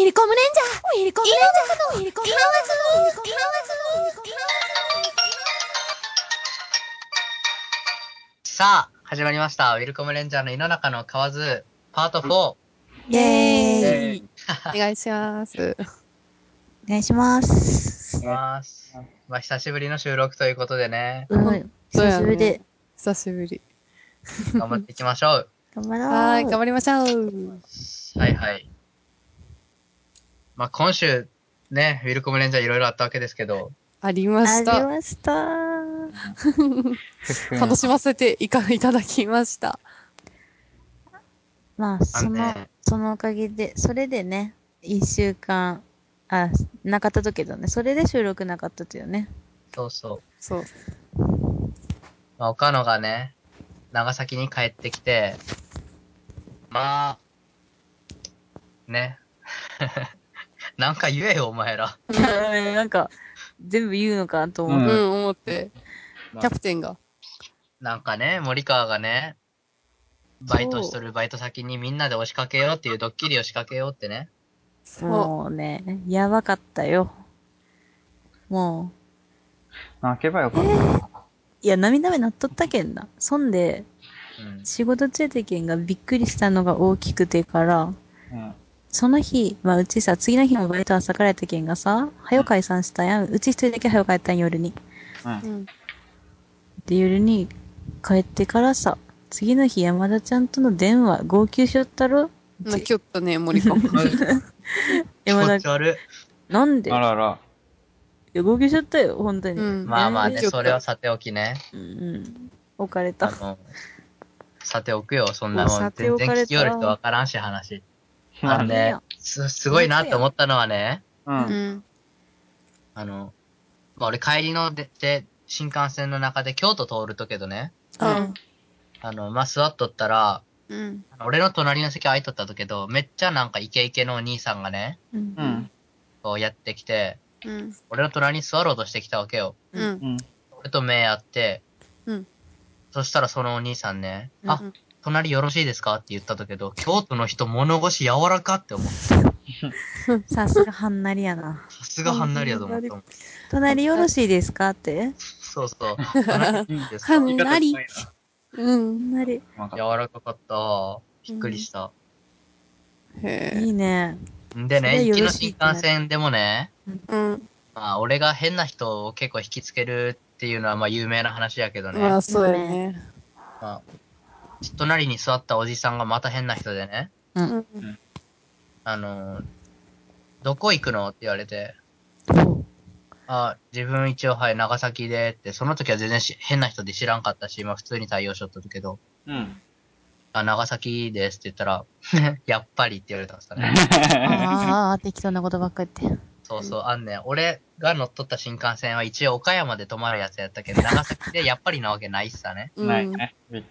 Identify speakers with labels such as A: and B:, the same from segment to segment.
A: ィリコムレンジャーウィリコムレンジャーウィリコムレンジャー
B: さあ、始まりました。ウィルコムレンジャーの井の中の河津、パート4。
A: イエーイ
C: え
A: お願いします。
C: お願いします。
B: ます。まあ、久しぶりの収録ということでね、
A: うん
C: 久しぶりで、
A: 久しぶり。
B: 頑張っていきましょう。
C: 頑張ろう。
A: はーい、頑張りましょう。
B: はいはい。まあ、今週、ね、ウィルコムレンジャーいろいろあったわけですけど、
A: ありまし
C: あり
A: た。
C: ました。
A: 楽しませていかいただきました。
C: まあ、その、そのおかげで、それでね、一週間、あ、なかったとけどね、それで収録なかったというね。
B: そうそう。
A: そう。
B: まあ、岡野がね、長崎に帰ってきて、まあ、ね。 なんか言えよ、お前ら。
C: なんか、全部言うのかと思
A: う
C: う。
A: ん、思って。キャプテンが。
B: なんかね、森川がね、バイトしとるバイト先にみんなで押しかけようっていうドッキリを仕掛けようってね。
A: そう。
C: もうね、やばかったよ。も
D: 泣けばよかった。
C: う、いや、涙目なっとったけんな。そんで、
B: うん。
C: 仕事ついてけんがびっくりしたのが大きくてから、
D: うん。
C: その日、まあ、うちさ、次の日もバイト朝からやったけんがさ、早う解散したやん。うち一人だけ早う帰ったん夜に。
A: うん。
C: で、夜に帰ってからさ、次の日山田ちゃんとの電話、号泣しよったろ
A: 泣きよったね、森子。
B: 気
C: 山
B: 持
C: 田
B: ち悪
C: なんでい
D: あらら。
C: や号泣しよったよ、本当に。
A: うん
B: い。まあまあね、
A: ちょっと
B: それはさておきね。
C: うんうん。置かれ
B: あ
C: た。
B: の、さておくよ、そんなも
C: も
B: ん
C: う。
B: 全
C: さて
B: 然
C: おかれ
B: 聞
C: た
B: きよる人わからんし、話。
D: ま
B: あ
D: あ
B: の
D: ね
B: ね、す、すごいなって思ったのはね、
D: う。
A: うんん。
B: あの、まあ俺帰りので、で、新幹線の中で京都通るとけどね、
A: うん。
B: あの、まあ座っとったら、
A: うん。
B: あの俺の隣の席空いとったとけど、めっちゃなんかイケイケのお兄さんがね、
C: うん
D: う。ん。
B: こうやってきて、
A: うん。
B: 俺の隣に座ろうとしてきたわけよ。
A: うん。
D: うん。
B: 俺と目合って、
A: うん。
B: そしたらそのお兄さんね、
A: うん
B: あ、隣よろしいですかって言ったとけど、京都の人物腰柔らかって思った。
C: さすがはんなりやな。
B: さすがはんなりやと思ったもん。
C: 隣よろしいですかって
B: そうそう。隣いいですか
A: はん
B: 柔
A: なり
D: 言い方うまい
A: うん。
C: 隣。
D: なうまかっ
B: らかかった。びっくりした。
A: へ
C: い
A: え。
C: いね。
B: ん、でね、
C: それ
B: うち
C: よ
B: の
C: ろしい
B: 新
C: ってな
B: 幹線でもね、
A: うん。
B: まあ俺が変な人を結構引きつけるっていうのはまあ有名な話やけどね、
A: まあ、そうだね。
B: まあ隣に座ったおじさんがまた変な人でね、
A: うん。
B: あの、どこ行くのって言われて、あ、自分一応はい、長崎でって、その時は全然し変な人で知らんかったし、まあ普通に対応しとったけど、
D: た。うん。
B: あ、長崎ですって言ったら、 やっぱりって言われたんですかね。
C: あーあー、適当なことばっかり言って。
B: そうそう、あんね、俺が乗っとった新幹線は一応岡山で止まるやつやったけど、長崎でやっぱりなわけないっすさね。
A: うん。
D: ないね。びっ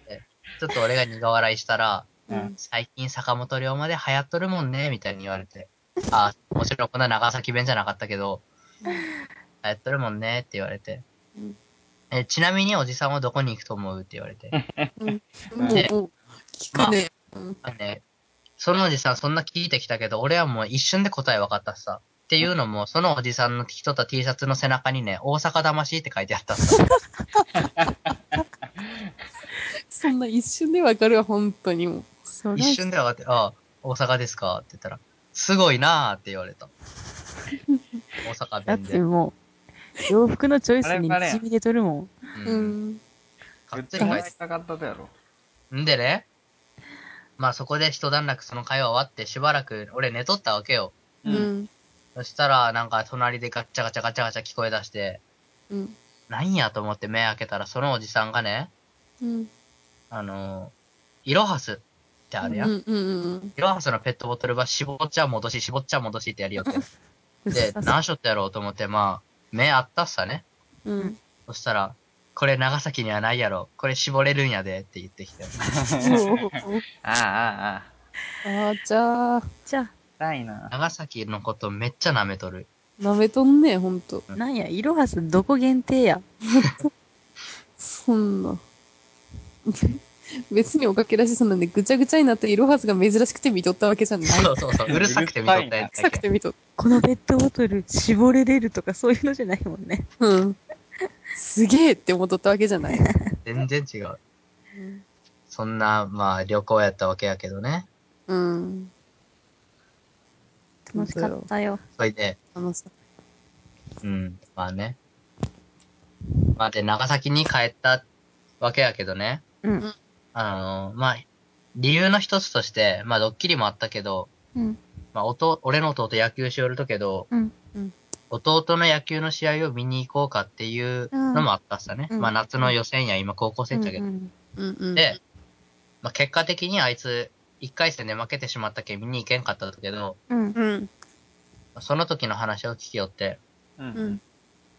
B: ちょっと俺が苦笑いしたら、
D: うん
B: 最近坂本龍馬で流行っとるもんね、みたいに言われて。あ、もちろんこんな長崎弁じゃなかったけど、流行っとるもんねって言われて
A: うん。
B: えちなみにおじさんはどこに行くと思うって言われて。
A: うんうん聞くね。
B: あのね、そのおじさんそんな聞いてきたけど、俺はもう一瞬で答え分かったしさ。っていうのも、そのおじさんの着とった T シャツの背中にね、大阪魂って書いてあったんですよ
A: そんな一瞬でわかるわ、本当にもう。
C: そ
B: 一瞬で分かって、あ、大阪ですかって言ったら、すごいなーって言われた。大阪
C: だっ
B: 弁で
C: て。もう、洋服のチョイスに
D: バレバレやん
C: 導いてとるもん。
A: う
B: うん
A: ん。
B: がっつり書
D: くり返
B: いて
D: したかったとやろ。
B: んでね、まあそこで一段落その会話終わってしばらく俺寝とったわけよ。
A: う。ん。
B: そしたらなんか隣でガッチャガチャガチャガチャ聞こえ出して、
A: うん。
B: なんやと思って目開けたらそのおじさんがね、
A: うん。
B: あのー、イロハスってあるやん。
A: うんうん
B: イロハスのペットボトルは絞っちゃ戻し、絞っちゃ戻しってやり よって。で、何しょってやろうと思って、まあ、目あったっすわね。
A: うん。うん。
B: そしたら、これ長崎にはないやろ。これ絞れるんやでって言ってきて。
D: ああ、ああ、あ
A: ああ、じゃあ、
C: じゃ
D: あ。ないな。
B: 長崎のことめっちゃ舐めとる。
A: なめとんね、ほんと。
C: あ、なんや、いろはすどこ限定や。
A: そんな。 別におかけらしさなんでぐちゃぐちゃになっているはずが珍しくて見とったわけじゃない。
B: そうそうそう。うるさくて見とったやつだけ
A: 臭く。て見とっ
C: このペットボトル絞れれるとかそういうのじゃないもんね。
A: た。うん。すげえって思っとったわけじゃない。
B: 全然違う。そんな、まあ、旅行やったわけやけどね。
A: うん。
C: 楽しかったよ。
B: それで、
A: あのさ、
B: うん、まあね。まあで、長崎に帰ったわけやけどね。
C: うん。
B: あのまあ、理由の一つとして、まあ、ドッキリもあったけど、
C: うん。
B: まあ、おと、俺の弟野球しよるとけど、
C: うん。
B: 弟の野球の試合を見に行こうかっていうのもあったっすよね。
C: うん
B: まあ、夏の予選や、今高校生っちゃけど。
C: うん
A: うんうん。
B: で、まあ、結果的にあいつ、一回戦で負けてしまったけ見に行けんかったけど、
C: うん。
A: うん。
B: その時の話を聞きよって、
D: うん
A: う。ん。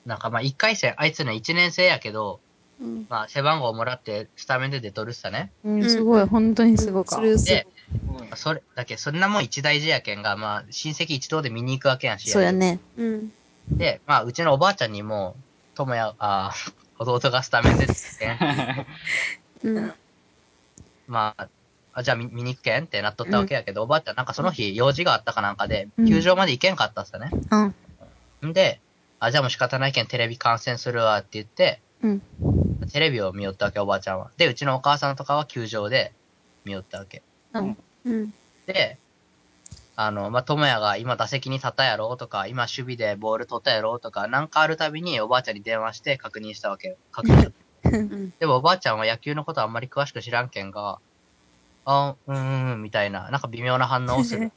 B: なんかまあ一回戦、あいつね、一年生やけど、
A: うん。
B: まあ背番号もらってスタメンで出とるっすよね。
C: うんすごい、本当にすごか
A: そ。れす
B: で、
D: う
B: ま
D: ん
B: あそれ、だけどそんなもん一大事やけんが、まあ親戚一同で見に行くわけやんし。
C: そうやね。
A: うん。
B: で、まあ、うちのおばあちゃんにも、友や、あー 弟がスタメンでって、
A: うん。
B: まあ、あじゃあ見見に行くけんってなっとったわけやけど、おばあちゃんなんかその日用事があったかなんかで
C: う、ん
B: 球場まで行けんかったっすよね。
C: うん。
B: んで、あ、じゃあもう仕方ないけんテレビ観戦するわって言って、
C: うん。
B: テレビを見よったわけ、おばあちゃんは。で、うちのお母さんとかは球場で見よったわけ。
C: うん。
A: うん。
B: で、あの、まあ、友也が今打席に立ったやろうとか、今守備でボール取ったやろうとか、なんかあるたびにおばあちゃんに電話して確認したわけよ。確認した
A: うん。
B: でもおばあちゃんは野球のことあんまり詳しく知らんけんが、あうーん、みたいな、なんか微妙な反応をする。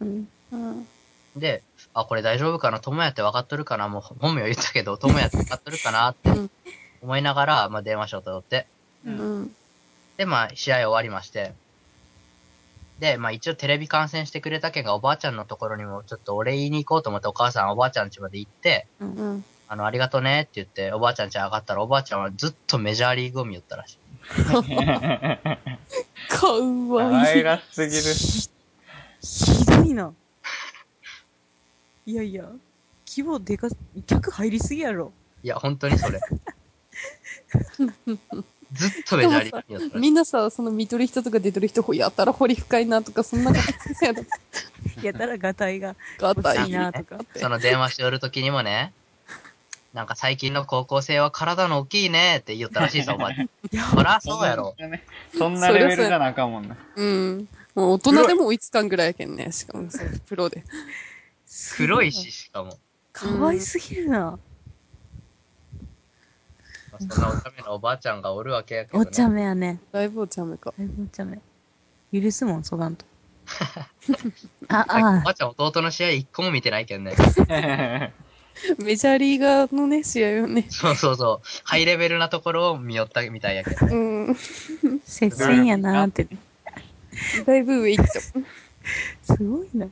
C: うん。
A: うん。
B: で、あ、これ大丈夫かな友也って分かっとるかなもう本名言ったけど、友也って分かっとるかなって
A: うん
B: 思いながら、まあ電話しようと思って。
A: うん。
B: で、まあ試合終わりまして。で、まあ一応テレビ観戦してくれたけんが、おばあちゃんのところにもちょっとお礼言いに行こうと思って、お母さんおばあちゃん家まで行って、
A: うん。
B: あの、ありがとねって言って、おばあちゃん家上がったら、おばあちゃんはずっとメジャーリーグを見よったらしい。
A: かわい
D: 愛
A: い。
D: らしすぎる。
C: ひどいな。いやいや、規模でかす、客入りすぎやろ。
B: いや、本当にそ れ。ずっとメジャーリーグ見よったらしい
A: みんなさ、その見とる人とか出とる人、ほやったら掘り深いなとか、そんなことせやと
C: やたらがたいが
A: か、
C: 欲
A: 硬
C: しい
A: い
C: なとか。
B: その電話しておる時にもね、なんか最近の高校生は体の大きいねって言ったらしいぞ、お前。そらそうやろ。。
D: そんなレベルじゃなあかんもんな。
A: うん。もう大人でも追いつかんぐらいやけんね。しかもそう、プロで。
B: 黒いし、しかも。
C: かわいすぎるな。
B: まあそんなお茶目なおばあちゃんがおるわけやけど、
C: お
B: ね。
C: 茶目やね。
A: だいぶお茶目か。
C: だいぶお茶目。許すもん、そがんと。あ、
B: 最近お
C: あ
B: ばあちゃん弟の試合一個も見てないけんね。
A: メジャーリーガーのね、試合をね。
B: そうそうそう。ハイレベルなところを見よったみたいやけど。
A: うん。
C: あ、接戦やなーって。
A: だいぶ上行った。
C: すごいな。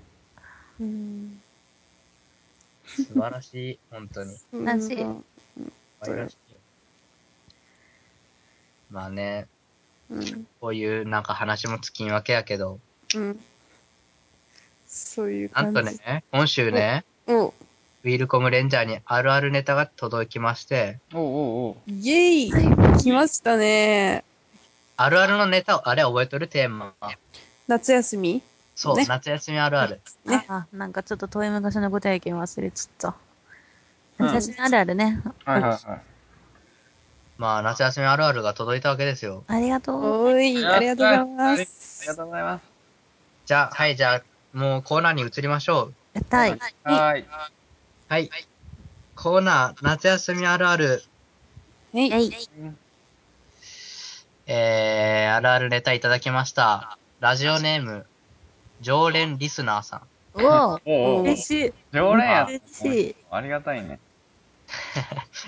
A: うん。
B: 素晴らしい、本当に。
C: らしい
A: うん
B: 素晴らしい。まあね、
A: うん。
B: こういうなんか話も尽きんわけやけど、
A: うん。そういう
B: な
A: 感
B: ん
A: じ。
B: とね、今週ね、
A: お
B: ウィルコムレンジャーにあるあるネタが届きまして、
D: おうおうおう。
A: イェイ来ましたね。
B: あるあるのネタを、あれ覚えとるテーマ。
A: 夏休み
B: そう、
A: ね
B: 夏休みあるある。
A: ね
C: あ、なんかちょっと遠い昔のご体験忘れつった。
D: うん
C: 写真あるあるね。
D: はいはいはい。
B: まあ、夏休みあるあるが届いたわけですよ。
C: ありがとう。
A: おーい、ありがとうございます
D: あり。がとうございます。
B: じゃあ、はい、じゃあ、もうコーナーに移りましょう。
C: やったい。
D: はーい。
B: はい。コーナー、夏休みあるある、
A: はい
C: えい。
B: えー、あるあるネタいただきました。ラジオネーム、常連リスナーさん。
C: おお
D: おうおう。
C: 嬉しい。
D: 常連や。
C: 嬉しい。
D: ありがたいね。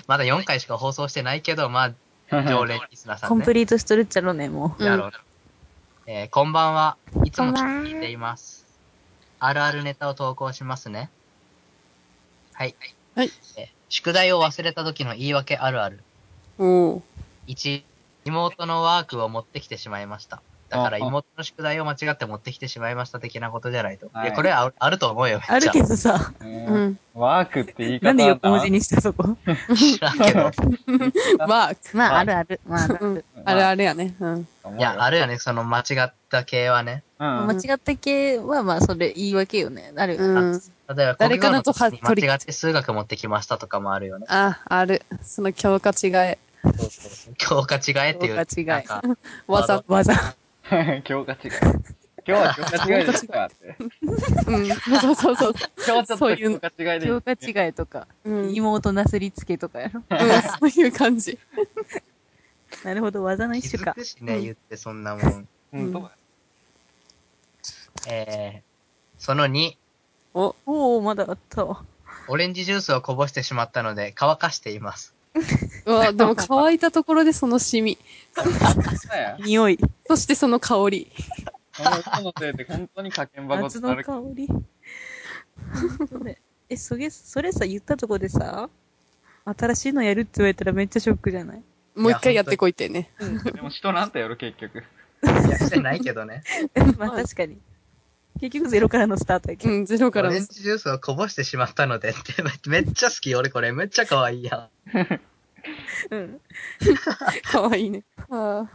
B: まだ4回しか放送してないけど、ま あ、常連リスナーさ
C: コ
B: ん
C: ン
B: ね
C: プ。リートしとるっちゃろうね、も
B: やろう。えーこんばんは。いつも聞いています。あるあるネタを投稿しますね。はい。
A: はい
B: えー宿題を忘れた時の言い訳あるある。
A: おー
B: 1、妹のワークを持ってきてしまいました。だから
D: ああ
B: 妹の宿題を間違って持ってきてしまいました的なことじゃないと。
D: はい
B: いや、これはああると思うよ。
C: あるけどさ、
A: う
D: うん
A: ん。
D: ワークって言い方
C: なんで横文字
D: に。
C: にしたそこ
B: 知らんけど。
A: ワーク。
C: まあ、あるある。まあ、あるあ
A: う
C: る
A: ん。あれあれやね。うん。
B: いや、あるよね、その間違った系はね。
D: うん。
C: 間違った系は、まあ、それ言い訳よね。あるよね。
A: うん。
B: 例えば、
A: 誰かのと
B: 国語の時に間
A: は
B: 違って数学持ってきましたとかもあるよね。
A: あ、ある。その教科違い。
B: そうそうそう教科違えっていう。
C: 教科違い
B: なんか、
A: わざ。
C: 技。
D: 教科違い。今日は教科違いでしたって。
A: うん。 そうそうそう。
D: 今日ちょっ
A: そう
D: と
A: いう
D: 教科違いで
C: 教科
D: い。
C: 違いとか、
A: うん。うん、
C: 妹なすりつけとかやろ。
A: そういう感じ。
C: なるほど、技の
B: 気
C: 一種
B: づ
C: か
B: く。しね、言ってそんなもん。
D: うん、そうだ
B: えー、その2、
A: お、
C: おおまだあったわ。
B: オレンジジュースをこぼしてしまったので乾かしています。
A: うわ、でも乾いたところでそのシミ。
D: ね。
C: 匂い。
A: そしてその香り。
D: この人のせいで本当にかけんばこって
C: 夏
D: な
C: の
D: る。
C: 香り。本当ねえ、そげ、それさ、言ったとこでさ、新しいのやるって言われたらめっちゃショックじゃない
A: もう一回やってこいってね。
D: でも人なんてやる結局。
B: いや、してないけど ね。
C: まあ確かに。結局ゼロからのスタートやけ
A: う
C: ど。
A: ん、ゼロ
B: オ
A: から
B: レ
A: の
B: ン。ジジュースをこぼしてしまったのでって、めめっちゃ好き。俺これめっちゃ可愛いやん。
C: うん。
A: かわいいね。ああ。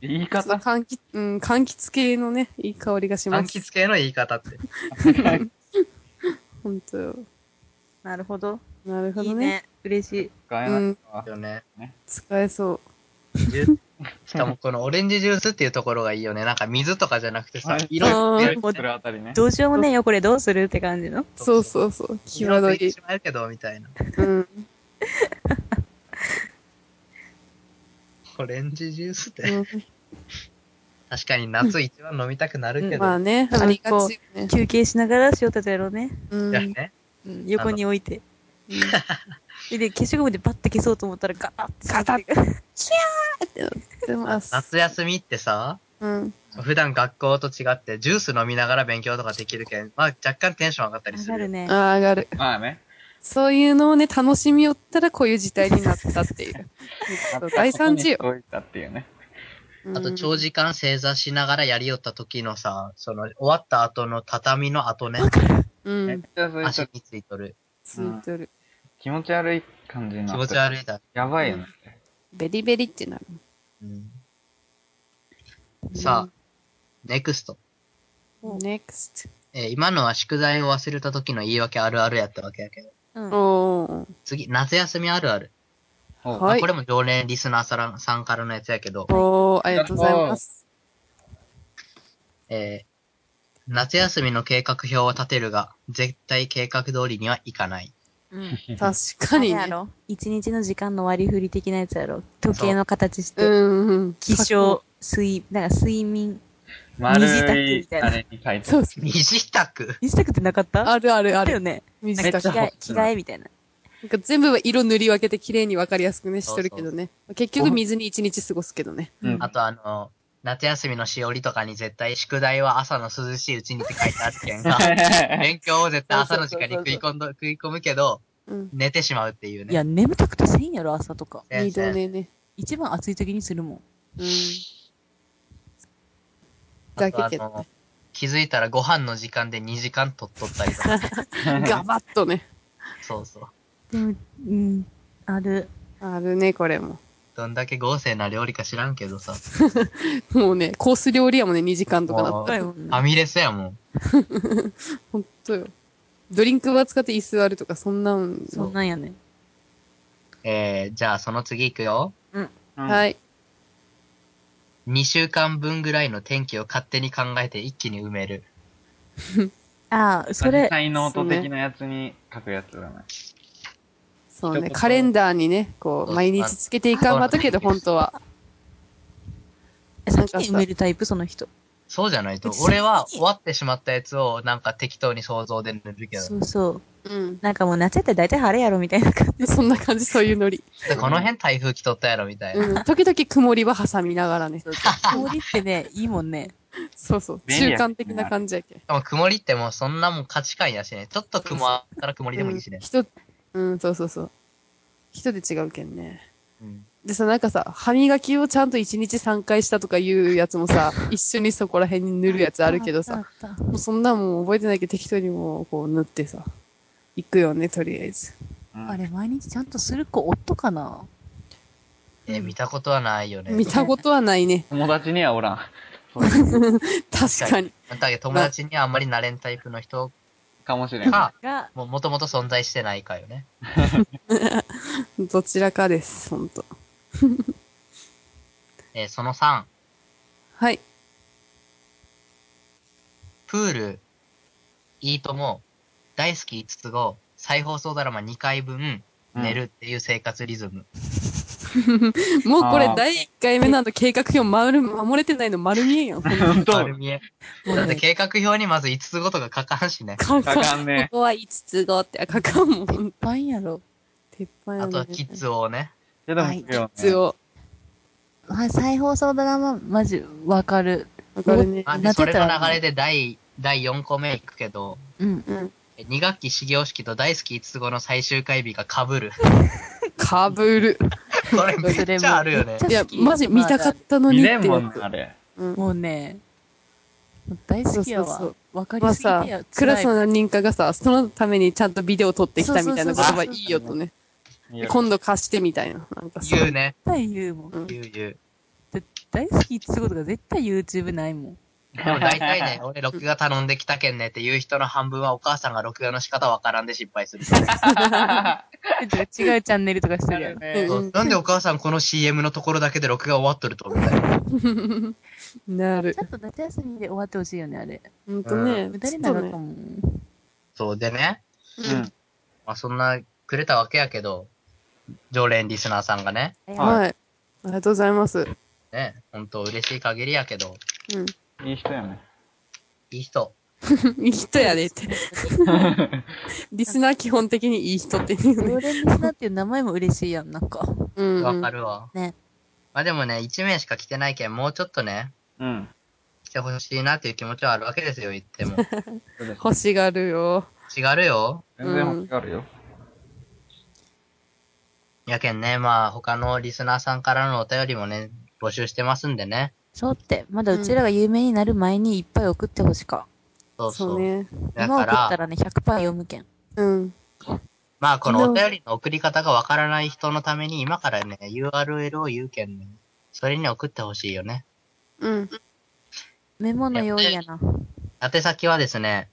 D: 言い
A: ちょっ
D: 方
A: と柑橘、うん、柑橘系のね、いい香りがし
B: 柑
A: ます。
B: 橘系の言い方って。
A: 本当よ
C: なるほど。
A: なるほ
C: いい
A: どね。
C: ね。嬉しい。
D: 使えないわ。
B: よね。
A: 使えそう。
B: ジュースしかもこのオレンジジュースっていうところがいいよね。なんか水とかじゃなくてさ
D: はい、
B: 色
A: あ
B: 入
A: ー
B: れ
D: それあたりね。
C: どうしようもねえよ、これどうするって感じの。
A: そうそうそう。際
B: 色
A: ど
B: ついて
A: い
B: し。まうけど、みたいな。
A: うん。
B: オレンジジュースって、
A: うん
B: 確かに夏一番飲みたくなるけど。
A: まあね、ありがちよね。
C: 休憩しながら塩たてやろうね。
A: うん
B: じゃあ。ね、
C: うん、横に置いて。うん、で、消しゴムでバッて消そうと思ったらガーッて
A: ガタッ
C: て。うん
A: ってなってます。
B: 夏休みってさ、
A: うん。
B: 普段学校と違ってジュース飲みながら勉強とかできるけん、まあ若干テンション上がったり
C: 上
B: す
C: が
B: る。
C: るね。
A: ああ、上がる。
D: まあね。
A: そういうのをね、楽しみよったらこういう事態になったって いう。大惨事よ
D: そういったっていうね。
B: あと長時間正座しながらやりよった時のさ、その終わった後の畳の後ね、
A: う
D: めっ
A: ん。
D: ちゃそういっ
B: 足
D: た
B: についとる。
A: ついてる。
D: 気持ち悪い感じにな
B: 気
D: って
B: 持ち悪いだ。
D: やばいよね。
A: ベリベリってなる。
B: うん、さあ、ネクスト。
A: NEXT。
B: えー今のは宿題を忘れた時の言い訳あるあるやったわけやけど。
C: うん。
A: おー。
B: 次、夏休みあるある。
D: おう
A: はい
B: あこれも常連リスナーさらさんからのやつやけど、
A: おー、ありがとうございます。
B: えー夏休みの計画表を立てるが、絶対計画通りにはいかない。
C: うん。
A: 確か
C: あ
A: に
C: れや
A: ね。
C: ろ一日の時間の割り振り的なやつやろ時計の形し
A: う
C: て。
A: んうん。
C: 起床、睡、なんか睡眠。
D: 丸
C: 二次宅
D: い
C: み、たいな
D: あれに書いて
A: そ
D: る。
A: うそう。
B: 二次宅
C: 見せたくてなかった
A: あるある
C: だ
A: ある。
C: よね。
A: 短
C: なんか着
A: く
D: 短
C: 替え
D: く、
C: 着替えみたいな。
A: なんか全部は色塗り分けて綺麗に分かりやすくね、しとるけどね。結局水に一日過ごすけどね。
D: うん
B: あとあの、夏休みのしおりとかに絶対宿題は朝の涼しいうちにって書いてあるけ んが、勉強を絶対朝の時間に食い込んど、食い込むけど、
A: うん。
B: 寝てしまうっていうね。
C: いや、眠たくてせんやろ、朝とか。
B: 先
A: 二度
B: 生
A: 寝ね。
C: 一番暑い時にするもん。
A: うん。
B: あ
A: だ
B: とあ
A: けど、
B: の、気づいたらご飯の時間で2時間取っとったりと か。
A: ガバッとね。
B: そうそう。
C: でも、うん。ある。
A: あるね、これも。
B: どんだけ豪勢な料理か知らんけどさ。
A: もうね、コース料理やもんね、2時間とかな
B: も
A: っ
B: う
A: た。
C: もん
B: ファミレスやもん。
A: ほんとよ。ドリンクは使って椅子あるとか、そんなん。
C: そんなんやね。
B: えー、じゃあその次行くよ。
D: は。
A: はいい。
B: 2週間分ぐらいの天気を勝手に考えて一気に埋める。
C: ああ、そ
D: それ。
C: れ、
D: 才能と的なやつに書くやつだね。
A: そう
D: 一
A: ね、
D: 言
A: カレンダーにね、こ、
B: そうう
A: 毎日つけていかんわったけど、
B: そう
A: 本当は。
C: 先に埋めるタイプ、その人。
B: そうじゃないと
C: うち。
B: 俺は終わってしまったやつをなんか適当に想像で塗るけど。
C: そうそう。
A: うん。
C: なんかもう夏やったら大体晴れやろ、みたいな感じ。
A: そんな感じ、そういうノリ。
B: で、この辺台風来とったやろみたいな。
A: うん。時々曇りは挟みながらね。
C: 曇りってね、いいもんね。
A: そうそう。
D: 便利
A: 中
D: や
A: 間的な感じやけ。
B: でも曇りってもうそんなもん価値観やしね。ちょっと曇ったら曇りでもいいしね
A: うん。人、うん、そうそうそう。人で違うけんね。
B: うん
A: でさ、なんかさ、歯磨きをちゃんと1日3回したとかいうやつも さ、一緒にそこら辺に塗るやつあるけど
C: あ
A: さ
C: っ、たあっ
A: もうそんなもん覚えてないけど適当にもうこう塗ってさ、行くよね、とりあえず。
D: う
C: た
D: ん
C: あれ、毎日ちゃんとする子おっとかな
B: えー見たことはないよね。
A: 見たことはないね。
D: 友達にはおらん。
A: 確かに。。
B: だけど友達にはあんまりなれんタイプの人
D: かもしれん。
B: か、
C: が、
B: もともと存在してないかよね。
A: どちらかです、ほんと。
B: えーその3、
A: はい。
B: プール、いいとも、大好き5つ後、再放送ドラマ2回分、
D: うん
B: 寝るっていう生活リズム。
A: もうこ
D: あ
A: れ
D: ー
A: 第1回目なの計画表丸、守れてないの丸見えやん。ほんと
D: 本当
B: 丸見え。だって計画表にまず5つごとが書かんしね。
A: かん
D: かかんね
A: ここは5つ5って、あ、かかんもん。
C: パンやろ。
A: 鉄板やね
B: あとはキッズをね。
D: いやでも聞くよね、
A: 必要。
C: はい、再放送ドラマ、マジ、わかる。
A: わかるね。
B: あ、
C: な
B: で、
C: ってた
B: そ
C: ら
B: れの流れで第、第4個目いくけど、
C: うん。
A: うん。
B: え二学期始業式と大好き5つ後の最終回日が 被る。
A: かぶる。
B: それめっちゃあるよね
C: そ。
A: いや、マジ見たかったのに
D: 見
A: っ
D: れん
A: て
D: も
A: や
D: ん
A: つ
D: な。あれ。
A: うん
C: もうね、大好きや
A: そうそうそ
C: わ。わか
A: まあ
C: りすぎ
A: さ
C: てや、
A: クラ
C: 辛
A: ス
C: い
A: の何人かがさ、そのためにちゃんとビデオ撮ってきたみたいな言
D: そうそ
A: 葉
D: うそう
A: い
D: そう
A: いよとね。
D: 見れる
A: 今度貸してみたいな。なんかさ、
B: 言うね。
C: 絶対言うもん。
A: うん
B: 言う言う。
C: 大好きってことが絶対 YouTube ない もん。
B: でも大体ね、俺録画頼んできたけんねっていう人の半分はお母さんが録画の仕方わからんで失敗 す
C: 違
B: る。
C: うチャンネルとかしてるやん。
A: う
B: そうなんでお母さんこの CM のところだけで録画終わっとると思ったよ。
A: なる
C: ちょ。っと夏休みで終わってほしいよね、あれ。
A: ほんとね
C: 無。駄に
A: ちょっ
C: 長
A: とね
C: かもん。
B: そうでね、
D: うん。
B: まあ、そんなくれたわけやけど、常連リスナーさんがね、
D: ん
A: はい。ありがとうございます。
B: ね、本当嬉しい限りやけど、
A: う
D: いい人やね。
B: いい人。
A: ん。いい人やでって。リスナー基本的にいい人って言う
C: 常
A: ね。
C: 連リスナーっていう名前も嬉しいやん、なんか。
A: うん。
B: わかるわ。
C: ね。
B: まあでもね、1名しか来てないけん、もうちょっとね、
D: うん。
B: 来てほしいなっていう気持ちはあるわけですよ、言っても。
D: そうです
A: 欲しがるよ。
B: 違るよ。
D: 全然欲しがるよ。
B: やけんね、まあ他のリスナーさんからのお便りもね、募集してますんでね。
C: そうって、まだうちらが有名になる前にいっぱい送ってほしか。
B: そうそう。
A: そうね。
B: だ
C: 今送
B: か
C: った
B: ら、
C: らね、100%読むけん。
A: うん。
B: まあこのお便りの送り方がわからない人のために、今からね、URL を言うけんね。それに送ってほしいよね。
A: うん。
C: メモの用意やな。
B: 宛先はですね、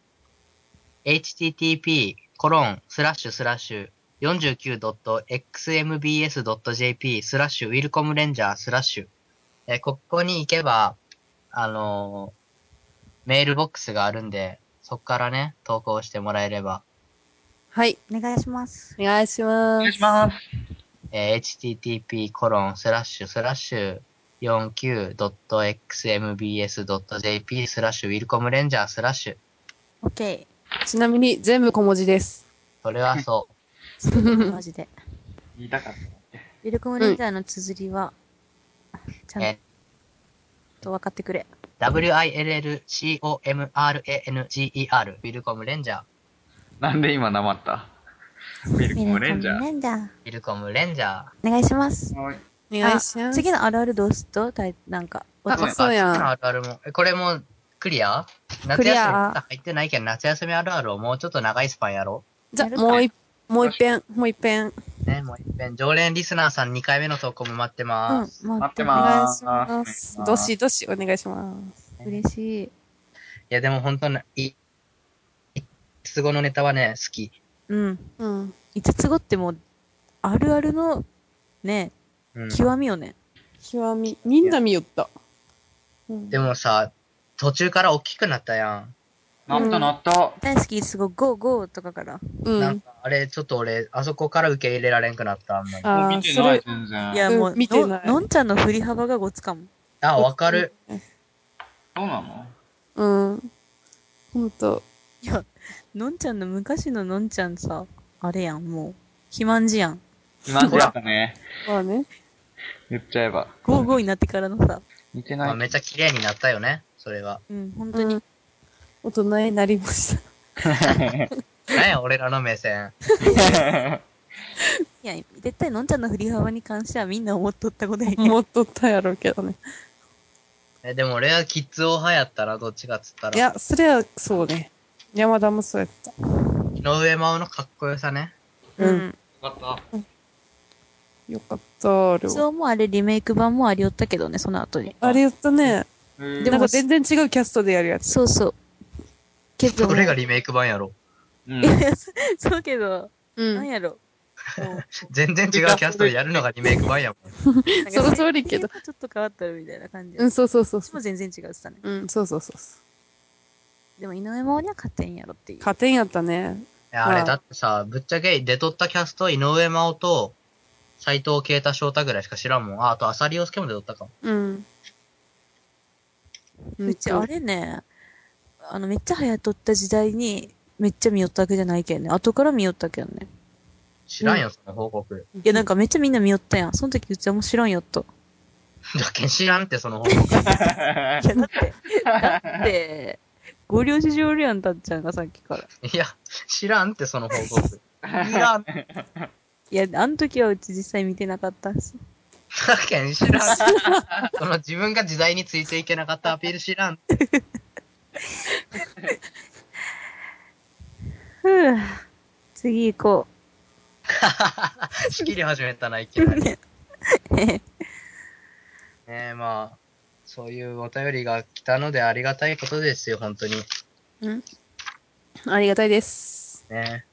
B: http:// コロンスラッシュスラッシュ 49.xmbs.jp スラッシュウィルコムレンジャースラッシュ。えーここに行けば、あのーメールボックスがあるんで、そこからね、投稿してもらえれば、
A: はい。
C: お願いします。
A: お願いし
D: お
A: ま
D: 願い
A: す
D: し。ます。
B: えー http:// コロンスラッシュスラッシュ 49.xmbs.jp スラッシュウィルコムレンジャースラッシュ。
C: OK。
A: ちなみに全部小文字です。
B: それはそう。
C: マジ で。
D: 言いたかった。
C: ウィルコムレンジャーの綴りは、ちゃ
B: えー
C: んと分かってくれ。
B: WILLCOMRANGER、ウィルコムレンジャー、
D: なんで今なまったウィルコムレンジ
C: ウ
D: ャ
C: ィルコムレンジャー。
B: ウィルコムレンジャー。
C: お願いします。
D: ー。はい
A: お願いします。
C: 次のあるあるどうすっとたいなんか。
B: 多分
A: そうやん
B: あっちのあるあるも、えこれもクリア夏
A: クリ
B: 休み
A: ア
B: まだ入ってないけど、夏休みあるあるをもうちょっと長いスパンやろ
A: じゃあ、もうい、もう一遍、もう一遍。
B: う。ね、もう一遍、常連リスナーさん2回目の投稿も待って
C: う
B: ま
C: ん
B: す。、
D: 待って
A: お願
D: ま
A: い
D: ー
A: し
D: す。
A: ます
D: お。願
A: ど
D: いし
A: しどしお願いします。
C: す。嬉しい。
B: いや、でも本当に、い、いつごのネタはね、好き。
C: うん。
A: うん。
C: 五つ子ってもう、あるあるの、ね、
B: うん。
C: 極みよね。
A: 極み、みんな見よった。うん
B: でもさ、途中から大きくなったや。
D: なったなった。
C: 大好き、すごい、ゴーゴーとかから。
A: うん
B: なん
A: ん。
B: か、あれ、ちょっと俺、あそこから受け入れられんくなった。あんまり
A: あ
D: 見
A: あ、
D: て
A: そ
D: ない、
A: れ、
D: 全然。
C: いや、
A: うん
C: もう、
A: 見てない
C: ののんちゃんの振り幅がごつかも。
B: あ、わかる。
D: そうなの
A: うん。ほんと。
C: いや、のんちゃんの昔ののんちゃんさ、あれやん、もう、肥満児やん。
D: 今じゃったね。
A: まあね。
D: 言っちゃえば。
C: ゴーゴーになってからのさ、
D: 似て
B: ま
D: な
B: あ、
D: い。
B: めっちゃ綺麗になったよね、それは。
C: うん、本当
A: う
C: に。
A: ん。大 人になりました。
B: ね俺らの目線。
C: いや、絶対のんちゃんの振り幅に関してはみんな思っとったことやけん。
A: 持っとったやろうけ どね。
B: え、でも俺はキッズオハやったな、どっちかっつった
A: い
B: ら。
A: や、それはそうね。山田もそうやった。
B: 井上真央のかっこよさね。
A: う。
C: うんん。
D: よかっ
A: よかった、あれ
C: 一
A: は。
C: 応もうあれリメイク版もありよったけどね、その後に。
A: あれやったね。
D: た。うん
A: なんか全然違うキャストでやるやつ。
C: そうそう。けど、
B: どれがリメイク版やろ。
D: うん
C: いやいや、そ そうけど、
A: う
C: なん。やろ。も
B: 全然違うキャストでやるのがリメイク版やもん。
C: うなんか
A: その通りけど
C: 設定がちょっと変わったみたいな感じ。
A: う
C: うん
A: ん、。そうそうそうそ
C: も全然違うってたね。
A: う。うん、そうそうそうそ。
C: でも井上真央には勝てんやろっていうう。
A: 加点やったね。
B: えあ
A: う
B: れ
A: ん
B: だってさ、ぶっちゃけ出とったキャスト、井上真央と、斎藤慶太翔太ぐらいしか知らんもん。あ、あと浅利陽介も出とったかも。
A: うん。
C: うちあれね、あの、めっちゃ流行っとった時代に、めっちゃ見よったわけじゃないけんね。後から見よったけんね。
B: 知らんよ、その報告。
C: いや、なんかめっちゃみんな見よったやん。その時うちはもう知らんよった。
B: だけん知らんって、その報告。
C: いや、だって、だって、ご両親上やん、たっちゃんがさっきから。
B: いや、知らんって、その報告。知らん。だ
C: いや、あの時はうち実際見てなかったし。
B: けん知らん。その自分が時代についていけなかったアピール知らん。
C: ふぅ。次行こ
B: 仕切り始めたな、いきなり。ねえ、まあ、そういうお便りが来たのでありがたいことですよ、本当に。
A: ありがたいです。
B: ね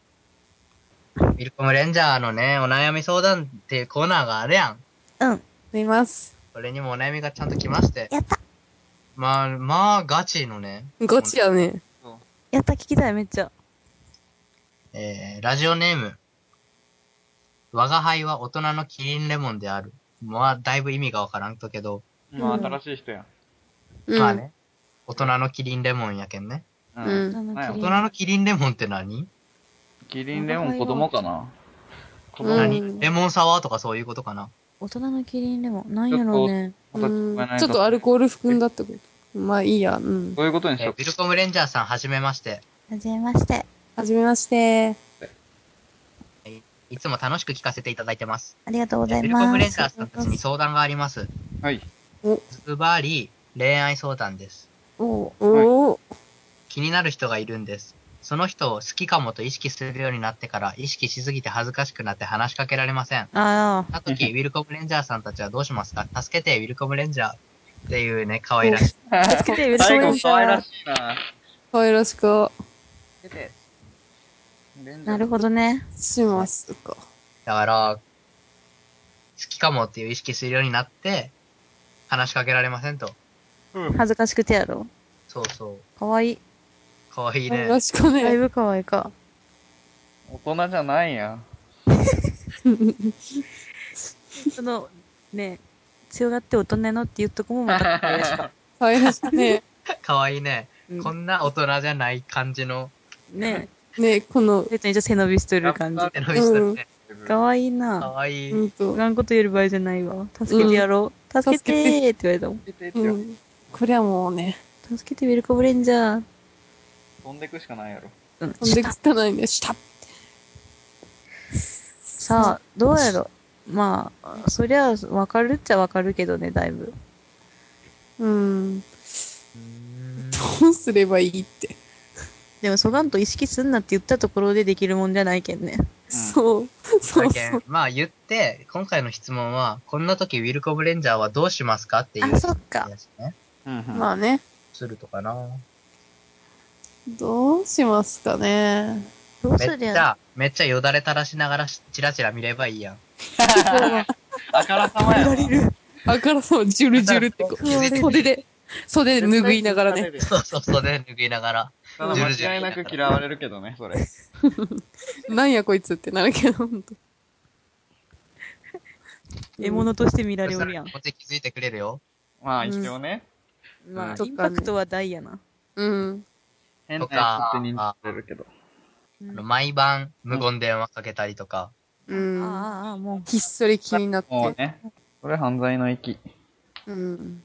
B: ミルコムレンジャーのね、お悩み相談っていうコーナーがあるやん。
C: う。うん。
A: 見ます。
B: それにもお悩みがちゃんと来まして。
C: やった。
B: まあ、まあ、ガチのね。
A: ゴチやね。
C: やった、聞きたい、めっちゃ。
B: えー、ラジオネーム。我が輩は大人のキリンレモンである。まあ、だいぶ意味がわからんとけど、
D: まあ、新しい人やん。
A: うん
B: まあ。ね。大人のキリンレモンやけんね。
D: う
A: うん
C: あの
D: なんや
B: 大人のキリンレモンって何
D: キリンレモン子供かな子
A: うん
D: 供に
B: 何レモンサワーとかそういうことかな。
C: 大人のキリンレモン。なんやろうね。
D: また聞こえない
A: ちょっとアルコール含んだってこと。まあいいや。うん。
D: こういうことにし
B: え
D: よ
B: ー、ビルコムレンジャーさん、はじめまして。
C: はじめまして。
A: はじめまして。
B: いつも楽しく聞かせていただいてます。
C: ありがとうござ
B: えー
C: い
B: ビルコ
C: ま
B: ムレン
C: す。
B: ジャーさんたちに相談があります。
D: う。はい。
B: ズバリ、恋愛相談です。
C: おう
A: おお。
B: 気になる人がいるんです。その人を好きかもと意識するようになってから、意識しすぎて恥ずかしくなって話しかけられません。
C: あ
B: あとき、ウィルコムレンジャーさんたちはどうしますか助けて、ウィルコムレンジャーっていうね、可愛らしい。
C: あ。助けて、ウィルコム
D: 最
C: レン
D: 後、
C: ジ
D: 可愛
C: ャ
D: ら
C: ー
D: し。いな。
A: 可愛らしく
C: なるほどね。
A: しますか。
B: だから、好きかもっていう意識するようになって、話しかけられませんと。
D: ど。うん。
C: 恥ずかしくてやろ。
B: そうそう。
C: かわいい。
B: 可愛い
A: 可愛
B: ね。
A: らしく
C: だい
A: ね。
C: ぶかわいいか。
D: 大人じゃないんや。
C: その、ね、強がって大人のって言っとこもまた可愛らしか。
A: 可愛らしくね。
B: 可愛いね。
C: うん
B: こんな大人じゃない感じの
C: ね
A: ね、この、
C: 別にじゃ背伸びしとる感じ。
B: 手の人だね。
C: かわいいな。
B: 可愛
A: う
B: い。
A: んと。
C: なんこと言える場合じゃないわ。助けてやろう。助けてーって言われたもん。
D: 出てって
A: う
D: よ
A: ん。これはもうね、
C: 助けてウェルコブレンジャー。
D: 飛んでくしかないやろ。
C: うん。
A: 飛んできたないね。したっ
C: さあ、どうやろ。まあ、そりゃ、わかるっちゃわかるけどね、だいぶ。
A: うん。どうすればいいって。
C: でも、そがんと意識すんなって言ったところでできるもんじゃないけんね。
A: そう。そう
B: だ
A: そ
B: け。
A: うん
B: まあ言って、今回の質問は、こんな時ウィルコブレンジャーはどうしますかっていう
C: あそっか
B: やつね。
D: うん。
A: まあね。
B: するとかな。
A: どうしますかね。
C: どう
B: め
C: す
B: っ
C: り
B: ち
C: ゃ、
B: ゃ、めっちゃよだれ垂らしながらしチラチラ見ればいいやん。
D: あからさまやろ。
A: あからさま、ジュルジュルってこ、
B: 気づいうて
A: 袖で、袖で拭いながらね。。
B: そうそうそうで拭いながら。
D: ただ間違いなく嫌われるけどね、それ。
A: なんやこいつってなるけど、ほんと。
C: 獲物として見られお
B: そ
C: る
B: し
C: やん
B: たら。こっち気づいてくれるよ。
D: まあ、一応ね。
C: まあ、
A: と
C: イン
A: か
C: パ
A: ね
C: クトは大やな。
A: うん。
D: 変なやつって認知されるけど。
B: あの毎晩、無言電話かけたりとか。
A: うん。
C: ああ、ああ、もう。
A: ひっそり気になっ
D: もう
A: て。
D: ね。それ犯罪の域。
A: うん。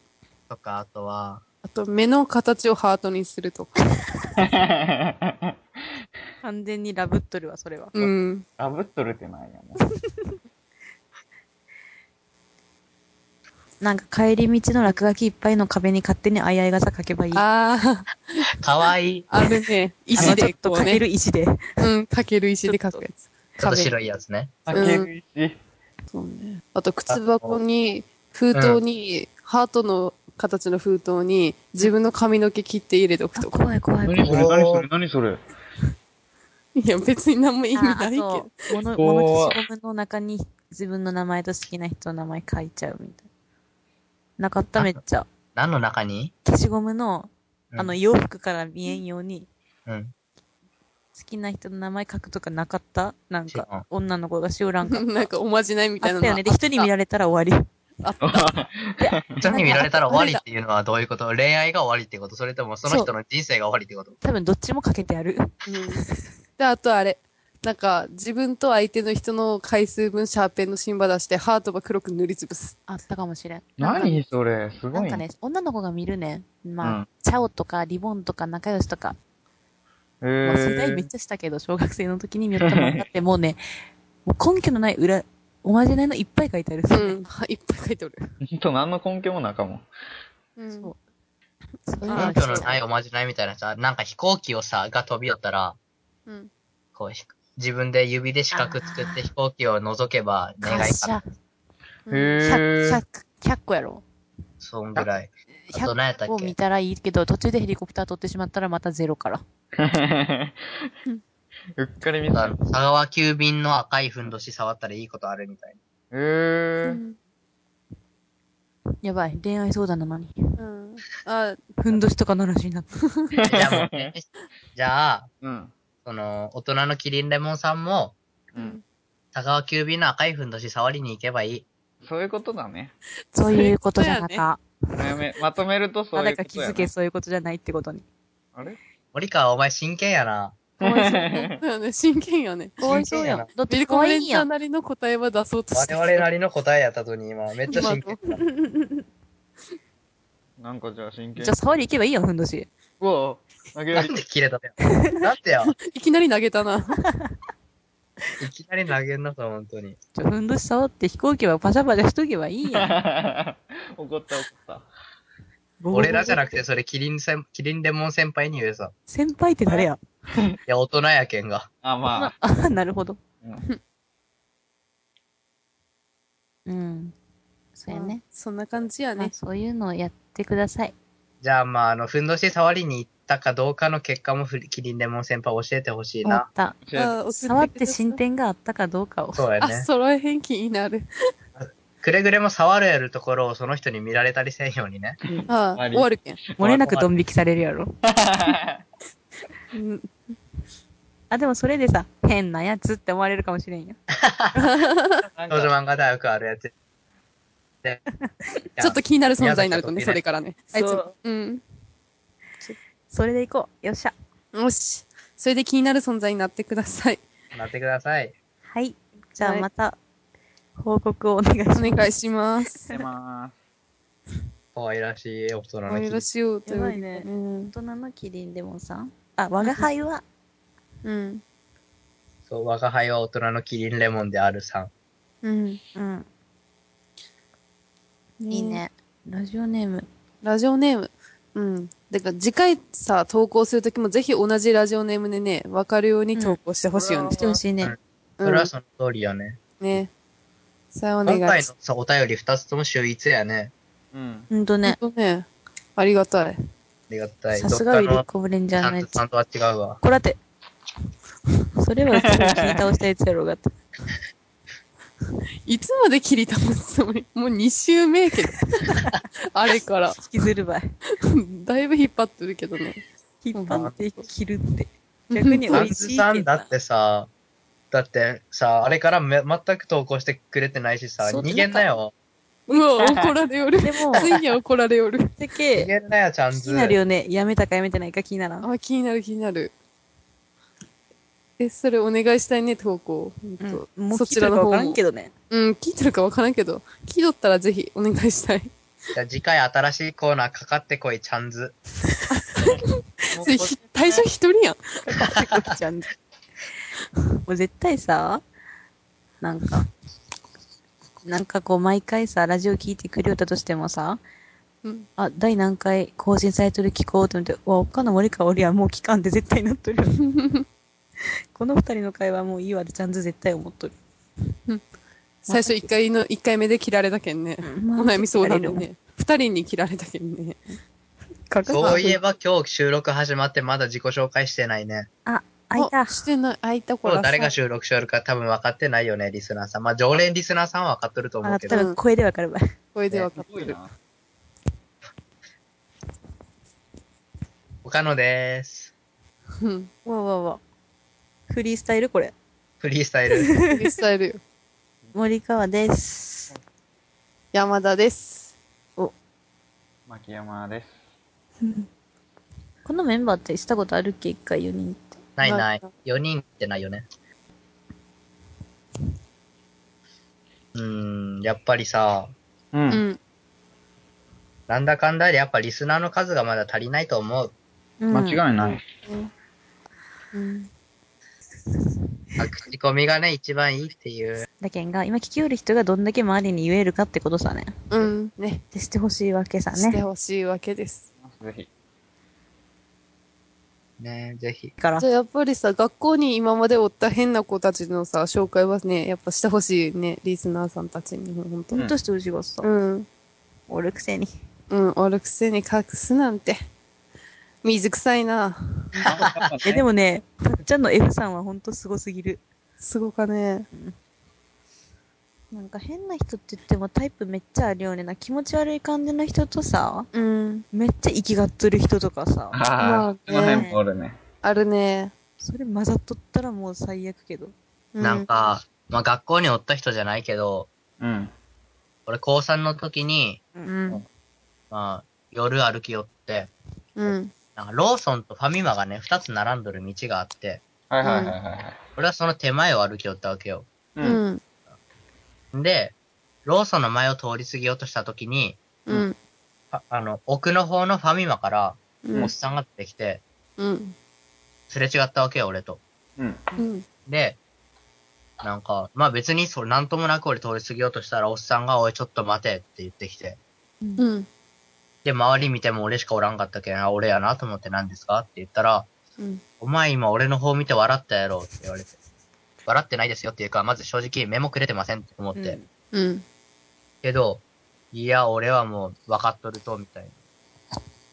B: とか、あとは、
A: あと、目の形をハートにするとか。
C: ハ完全にラブっとるわ、それは。
A: うん。
D: あぶっとるってないよね。
C: なんか帰り道の落書きいっぱいの壁に勝手にあいあい傘書けばいい。あ
A: ああ、
B: かわいい。
A: あるね。石
C: の、ちょっ
A: で、
C: と
A: こ
C: 書
A: う
C: ける
A: ね。
C: 石で。
A: うん、かける石で書くやつ。
B: ちょっと白いやつね。
D: あけるし。
A: そうね。あと、靴箱に、封筒に、ハートの形の封筒に、自分の髪の毛切って入れておく
C: あ、
A: とか。
C: 怖い怖い怖い。
B: 何それ何それ
D: 何それ
A: いや、別に何も意味
C: あ
A: ない
C: あ
A: けど
C: と。、物、
D: お
C: 物
D: ー
C: 消しゴムの中に自分の名前と好きな人の名前書いちゃうみたいな。なかった、めっちゃ。
B: 何の中に
C: 消しゴムの、あの、
B: うん。
C: 洋服から見えんように、
B: うん
C: 好きな人の名前書くとかなかったなん
B: 違う
C: か、女の子がしおらんかった。
A: なんかおまじないみたい
C: あ
A: な
C: っ
A: の
C: た
A: が
C: よね。で、人に見られたら終わり。
A: あっ
B: 人に見られたら終わりっていうのはどういうこと恋愛が終わりってことそれともその人の人生が終わりってこと
C: 多分どっちもかけてある。
A: うんで、あとあれ。なんか、自分と相手の人の回数分シャーペンの芯ば出して、ハートば黒く塗りつぶす。
C: あったかもしれん。
D: 何それす
C: な
D: ご
C: ん
D: い
C: かね、女の子が見るね。まあ、
D: うん
C: チャオとかリボンとか仲良しとか、
D: え
C: まあ世代めっ
D: ー
C: ちゃしたけど、小学生の時に見よったもんだって、もうね、もう根拠のない裏、おまじないのいっぱい書いてある。
A: うん。はいいっぱい書いておる。
D: ほんと何の根拠もなかも。
A: うん
C: そうそういうの
A: あ
B: 根
A: ー
B: 拠のないおまじないみたいなさ、なんか飛行機をさ、が飛び寄ったら、
A: うん。
B: こうひ、自分で指で四角作って飛行機を覗けば願い
C: 感
B: か
C: 謝。
D: へ
C: 100、
D: ー
C: 100 100個やろ。
B: そんぐらい。あと何やった
C: 100
B: っ
C: 個見
B: け
C: たらいいけど、途中でヘリコプター取ってしまったらまたゼロから。
D: うっかり見
B: あ
D: た
B: の。佐川急便の赤いふんどし触ったらいいことあるみたいな。
D: えー。
C: やばい、恋愛相談なのに。
A: うん。あ、
C: ふんどしとかの話になった。
B: じゃあもうね、じゃあ、
D: うん。
B: その、大人のキリンレモンさんも、
D: うん。
B: 佐川急便の赤いふんどし触りに行けばいい。
D: そういうことだね。
C: そういうことじゃなかっ
A: そう
C: た。
D: まとめまとめるとそうい
C: 誰
D: う
C: か
D: こと
C: 気
D: だよ
C: づ
D: ね
C: け、。そういうことじゃないってことに。
D: あれ
B: 森川、お前真剣やな。
A: かわいそうね。だよね。真剣よね。
C: かわいそうやん。だっ
A: ビ
C: て
A: ル
C: か
A: コム
C: わ
A: レ
C: い
A: ン
C: い
A: ジャ
C: や
A: ー
C: ん。
A: なりの答えは出そうとし
B: 我
A: て
B: 々なりの答えやったとに、今、めっちゃ真剣。
D: なんかじゃあ真剣
C: じゃあ、。触り行けばいいやん、ふんどし。
D: うわ投げ
B: な
D: や
B: ん
D: り。
B: で切れたのよ。だってよ、
A: いきなり投げたな。
B: いきなり投げんなさ、本当に。
C: じゃあ、ふんどし触って飛行機はパシャパシャしとけばいいや ん。
D: 怒った怒った。
B: 俺らじゃ
C: な
B: なくて、それ、キリン先、キリンレモン先輩に言うさ。
C: 先輩って誰や
B: いや、大人やけんが。
D: あ、まあ
C: あ。あ、 なるほど。
D: うん
C: うん。そうやね。
A: そんな感じや
C: まあ
A: ね。
C: そういうのをやってください。
B: じゃあ、まあ、あの、ふんどし触りに行ったかどうかの結果もふり、キリンレモン先輩教えてほしい
C: 終わ
B: な
C: っ。た。
D: じゃあ
C: 触って進展があったかどうかを。
B: そうや
A: あ、
B: ね。
A: 揃え返金になる。
B: くれぐれも触れるところをその人に見られたりせんようにね。
A: あ、
D: あり
A: 終わるけん。
C: 漏れなくドン引きされるやろ。
A: うん。
C: あ、でもそれでさ、変なやつって思われるかもしれんよ。
D: なん
B: 少女
D: か
B: 漫画大学あるやつ。で
A: ちょっと気になる存在になるとね、
B: 宮崎
A: それからね。あいつも。うん。
C: それで行こう。よっしゃ。
A: よし。それで気になる存在になってください。
B: なってください。
C: はい。じゃあ
A: はい
C: また、報告をお願いしま
A: お
C: す。
A: 願いします。
D: してま
B: 可愛らしい大人の
A: おいら
B: 日。
A: しいお便りだ
C: やばいね
A: うん。
C: 大人のキリンレモンさんあ、我が輩は、
A: うん。
B: そう、我が輩は大人のキリンレモンであるさん。
A: うん。
C: うん、いい。ね。ラジオネーム。
A: ラジオネーム。うん。だから次回さ、投稿するときもぜひ同じラジオネームでね、わかるように投稿してほしいよね
C: 来。てほしいね。
A: うん
B: それはその通りよね。
A: ね。さようお願
B: 今回
A: い
B: の
A: し
B: さ、お便り二つとも秀逸やね。
D: す。うん。
C: ほんとね。
A: ほんとね。ありがた
B: あ
A: い。
B: りがたい。
C: さすがウ
B: どっ
C: ィ
B: か
C: ル
B: の
C: コブレンジャーのやつ。
B: さんとは違うわ。
C: こらて。それはうちが切り倒したやつやろうがって。
A: いつまで切り倒すつもりもう2週目やけ ど。あれから。
C: 引きずるばい。
A: だいぶ引っ張ってるけどね。
C: 引っ張って切るって。逆に美
B: サン
C: 味
B: ズ
C: しい
B: さ
C: け
B: ん
C: ど
B: だってさ、だってさ、あれからめ全く投稿してくれてないしさ、
C: そう
B: 逃げんなよ。
A: うわ、怒られよる。
C: でも、
A: ついに怒られよる。
C: だ
B: 逃
C: け
B: げんなよ、ちゃん
C: 気
B: ず。
C: になるよね。やめたかやめてないか気にならん。
A: あ、気になる気になる。え、それお願いしたいね、投稿。ほんと
C: うんもう
A: そ
C: 聞い
A: ち
C: て
A: ら
C: る
A: の
C: か
A: 方
C: わ
A: も
C: からんけどね。
A: うん、聞いてるかわからんけど、聞いとったらぜひお願いしたい。
B: じゃあ次回新しいコーナーかかってこい、ちゃんず。
A: それひ、対象一人やん。
C: ちゃんもう絶対さ、なんか、なんかこう毎回さ、ラジオ聞いてくれよったとしてもさ、
A: うん。
C: あ、第何回更新されてる聞こうと思って、うわ、おっかの森かおりはもう期間で絶対なっとるよね。 この二人の会話もういいわってちゃんと絶対思っとる。
A: 最初一回の、一回目で切られたけんね。
C: うん
A: お悩み相談でね。二人に切られたけんね。
C: か
B: そういえば今日収録始まってまだ自己紹介してないね。
C: あ、開いた
A: あ。してない、開いたこ
B: 今
A: ら
B: 日誰が収録しよるか多分分かってないよね、リスナーさん。まあ常連リスナーさんは分かっとると思
C: あ、
B: うけ
C: 多
B: ど。
C: 分声でわかるわ。
A: これで分かっ
D: すご
A: て
D: い
A: る。
D: な。
B: 岡野でーす。
A: うん。
C: わわわ。フリースタイルこれ。
B: フリースタイル。
A: 伝えるよ。
C: 森川です。
A: 山田です。
D: 牧山です。
C: このメンバーってしたことあるっけ一回4人って。
B: ないない。4人ってないよね。うーん、やっぱりさ、
D: う。
A: うんん。
B: なんだかんだでやっぱリスナーの数がまだ足りないと思う。
C: うん
D: 間違いない。
A: うん。
B: あ口コミがね、一番いいっていう。
C: だけんが、今聞きよる人がどんだけ周りに言えるかってことさね。
A: うん。ね。
C: で、してほしいわけさ
A: して
C: ね。
A: ほしいわけです。
D: ぜひ。
B: ね、ぜひ。
C: から
A: じゃ。あやっぱりさ、学校に今までおった変な子たちのさ、紹介はね、やっぱしてほしいね、リスナーさんたちに、本当
D: う
A: に。
D: ん
C: どうしてうちがさ
A: う、ん。
C: おるくせに。
A: うん、悪くせに隠すなんて。水臭いな。
C: え、でもね、たっちゃんの F さんはほんとすごすぎる。
A: すごかね。
C: なんか変な人って言ってもタイプめっちゃあるよねな。気持ち悪い感じの人とさ、
A: うん。
C: めっちゃ息がっとる人とかさ、
D: ああ、その辺もおるね。
A: あるね。
C: それ混ざっとったらもう最悪けど。
A: う
B: なん。か、まあ学校におった人じゃないけど、
D: うん。
B: 俺高3の時に、
C: うん。
B: まあ夜歩き寄って、
A: うん。
B: なんかローソンとファミマがね、二つ並んどる道があって、
D: はいはいはいはい。
B: 俺はその手前を歩き寄ったわけよ。
D: う。
A: うんん。
B: で、ローソンの前を通り過ぎようとした時に、
A: うん。
B: ああの、奥の方のファミマから、
A: うん
B: おっさんが出てきて、
A: うん。
B: すれ違ったわけよ、俺と。
D: うん。
A: うん。
B: で、なんか、まあ別にそれなんともなく俺通り過ぎようとしたら、おっさんが、おい、ちょっと待てって言ってきて。
A: うん。
B: で、周り見ても俺しかおらんかったけん、あ、俺やなと思って何ですかって言ったら、
A: うん。
B: お前今俺の方見て笑ったやろって言われて。笑ってないですよっていうか、まず正直メモくれてませんって思って。
C: うん
A: うん。
B: けど、いや、俺はもう分かっとると、みたいな。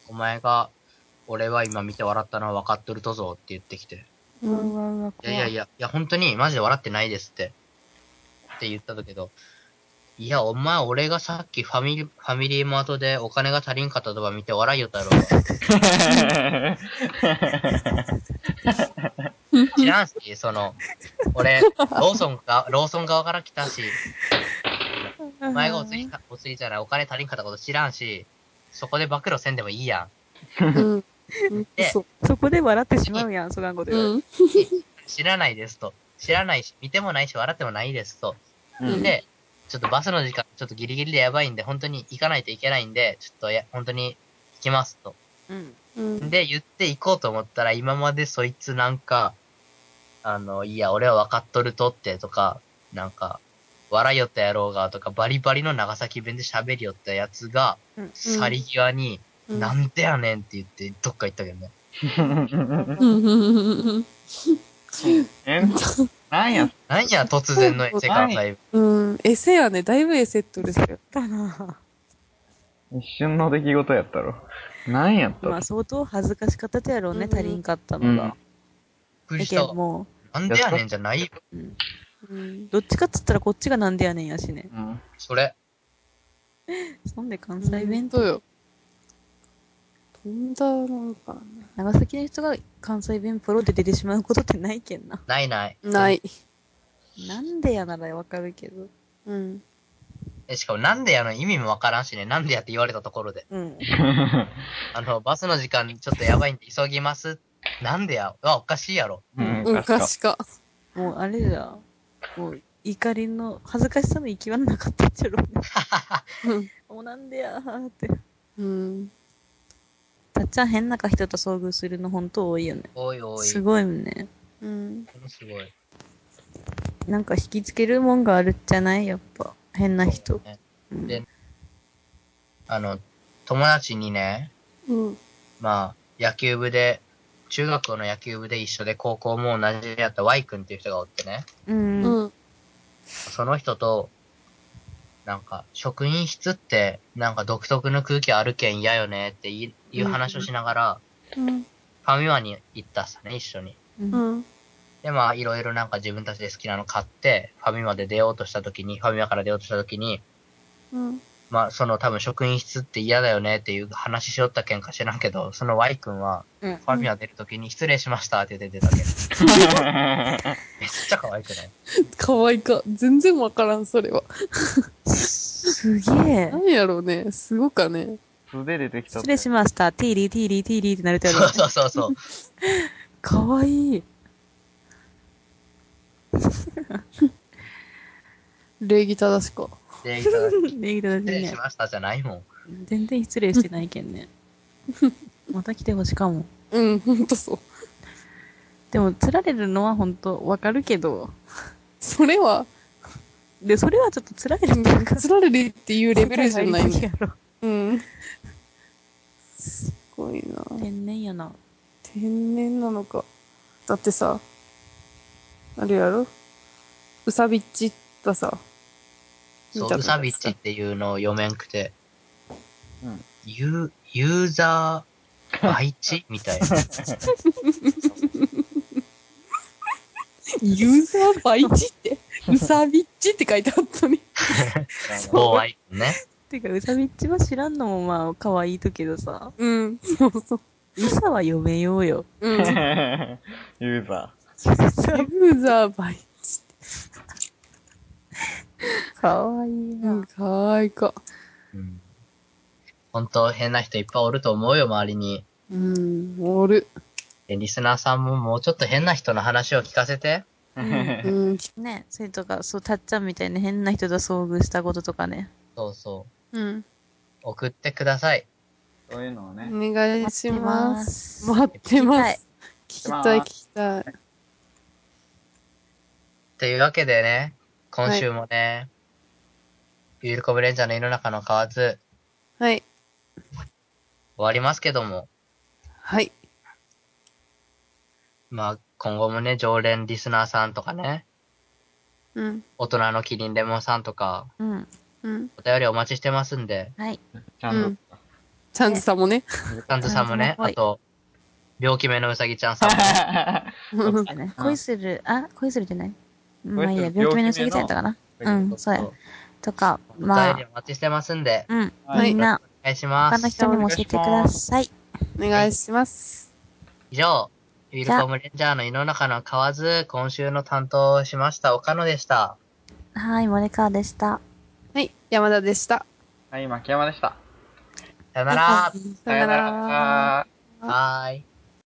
B: お前が、俺は今見て笑ったのは分かっとるとぞって言ってきて。
A: う
C: うわ
A: ん
C: うわうわ
B: いやいやいや、いや、本当にマジで笑ってないですって。って言ったんだけど、いや、お前俺がさっきファミリファミリーマートでお金が足りんかったとか見て笑いよったやろ。知らんし、その、俺、ローソンが、ローソン側から来たし、お前がお釣りか、お釣りじゃない、お金足りんかったこと知らんし、そこで暴露せんでもいいやん。
A: うん。
B: で
A: そう。
C: そこで笑ってしまうやん、そがんこと
A: う
C: よ。
A: ん。
B: 知らないですと。知らないし、見てもないし、笑ってもないですと。
A: う ん
B: で、ちょっとバスの時間、ちょっとギリギリでやばいんで、本当に行かないといけないんで、ちょっとや、本当に行きますと。
C: うん。
A: うん。
B: で、言って行こうと思ったら、今までそいつなんか、あの、いや、俺は分かっとるとって、とか、なんか、笑いよった野郎が、とか、バリバリの長崎弁で喋りよったやつが、
C: うん
B: 去り際に、
A: うん
B: なんでやねんって言って、どっか行ったけどね。
A: うん。うん。
D: えなんや、
B: なんや、突然のエセ関西
A: うん。エセやね。だいぶエセっとるっすよ。
C: だな
D: 一瞬の出来事やったろ。なんやった
C: ぁ。ま
D: ろ
C: あ。相当恥ずかしかったとやろうね、
A: うん
C: 足りんかった
D: う
C: の
D: ん
C: が。。
B: びっく
C: だ
B: りし
C: け
B: た
C: ど
B: わ。
C: も
B: なんでやねんじゃないよ
A: うん。
C: う、どっちかっつったらこっちがなんでやねんやしね。
D: うん。
B: それ。
C: そんで関西弁
A: 当よ。とんだ、なんかね。
C: 長崎の人が関西弁プロで出てしまうことってないけんな。
B: ないない。
A: ない。
C: なんでやならわかるけど。
A: うん。
B: え、しかもなんでやの意味もわからんしね、なんでやって言われたところで。
C: うん。
B: あの、バスの時間ちょっとやばいんで急ぎます。なんでやわ、おかしいやろ。
D: うん
A: うん、
D: 確
A: か
D: か
A: しか。
C: もうあれじゃ、もう怒りの、恥ずかしさの行き場なかったっちゃろうね。
A: うん
C: もうなんでやーって。
A: うん。
C: たっちゃん変な人と遭遇するのほんと多いよね。
B: おいおい。
C: すごいね。
A: うん。
B: ものすごい。
C: なんか引きつけるもんがあるじゃないやっぱ。変な人。
B: ね
C: うん
B: であの、友達にね、
A: うん。
B: まあ、野球部で、中学校の野球部で一緒で高校も同じやった Y 君っていう人がおってね、
C: うん。うん。
A: うん。
B: その人と、なんか、職員室って、なんか独特の空気あるけん嫌よねっていういう話をしながら、
A: うん。
B: ファミマに行ったっすね、一緒に。
A: うん。
B: で、まあ、いろいろなんか自分たちで好きなの買って、ファミマで出ようとした時に、ファミマから出ようとした時に、
A: うん。
B: まあ、その多分職員室って嫌だよねっていう話しよったけんか知らんけど、その Y 君は、
C: うん
B: ファミマ出る時に失礼しましたって出てたけど、めっちゃ可愛く ない
A: 可愛いか。全然わからん、それは。
C: すげえ。
A: 何やろうね。すごかね。
D: 素で出てきた。
C: 失礼しました。ティーリーティーリーティーリーってなるとや
B: そう
C: る。
B: そうそうそう。
C: かわいい。
A: 礼儀正しか。
B: で、いただき失
C: 礼儀正しい
B: 礼し
C: ね。
B: ましたじゃないもん。
C: 全然失礼してないけん ね。また来てほしいかも。
A: うん、ほんとそう。
C: でも、釣られるのは本当わかるけど。
A: それは、
C: で、それはちょっと釣られる っていうか、
A: つられるっていうレベルじゃない
C: 世界入りすぎ
A: ね。
C: やろ
A: うん。すごいな。
C: 天然やな。
A: 天然なのか。だってさ、あれやろうさびっちがさ、見
B: そう、ウ
A: た
B: サ
A: こと
B: ビッチっていうのを読めんくて、
D: うん
B: ユー、ユーザー、バイチみたいな。
A: ユーザーバイチって、 うさびっちって書いてあったね。
B: 某 Y 君ね。
C: てか、うさびっちは知らんのもまあ、可愛いとけどさ。
A: うん、そうそう。
C: うさは読めようよ。
A: うん。ユ
D: ユーザ
A: ーザーバイチ。
C: かわいい
A: うん、。かわいいか。
B: うん。本当変な人いっぱいおると思うよ、周りに。
A: うん、おる。
B: でリスナーさんももうちょっと変な人の話を聞かせて。
A: う
D: ー。
A: ん、
C: ね、それとか、そう、たっちゃんみたいな変な人と遭遇したこととかね。
B: そうそう。
A: うん。
B: 送ってください。
D: そういうのをね。
A: お願いします。
C: す
A: 待ってます。聞き
D: きま
A: た
D: す
A: い、聞きたい。
B: というわけでね、今週もね、ビールコブレンジャーの世の中の蛙終
A: はい。
B: わりますけども、
A: はい。
B: まあ、今後もね、常連リスナーさんとかね、
A: うん、
B: 大人のキリンレモンさんとか、
C: うん。
A: うん。
B: お便りお待ちしてますんで、
C: はい。
D: ちゃん と。
A: チャンズさんもね。
B: サンズさんもね、
C: は
B: あ
C: い
B: と、病気目のうさぎちゃんさんもね、
A: うん
C: だね恋する、あ、恋するじゃないまあいいや、
D: 恋する
C: 病気目のすぎちゃったかな。うん、そうや。とか、
B: お
C: ま
B: 便
C: あ
B: り、お待ちしてますんで、
C: うん。
A: はい
C: みんな、
B: お願いしま
C: 他の
B: す。
C: 人にも教えてください。
A: お願いします。
B: 以上、ウィルコムレンジャーの世の中の蛙今週の担当しました、岡野でした。
C: はい、モレカーでした。
A: はい、山田でした。
D: はい、牧山でした。
B: さよなら。
A: さよなら。
B: はーい。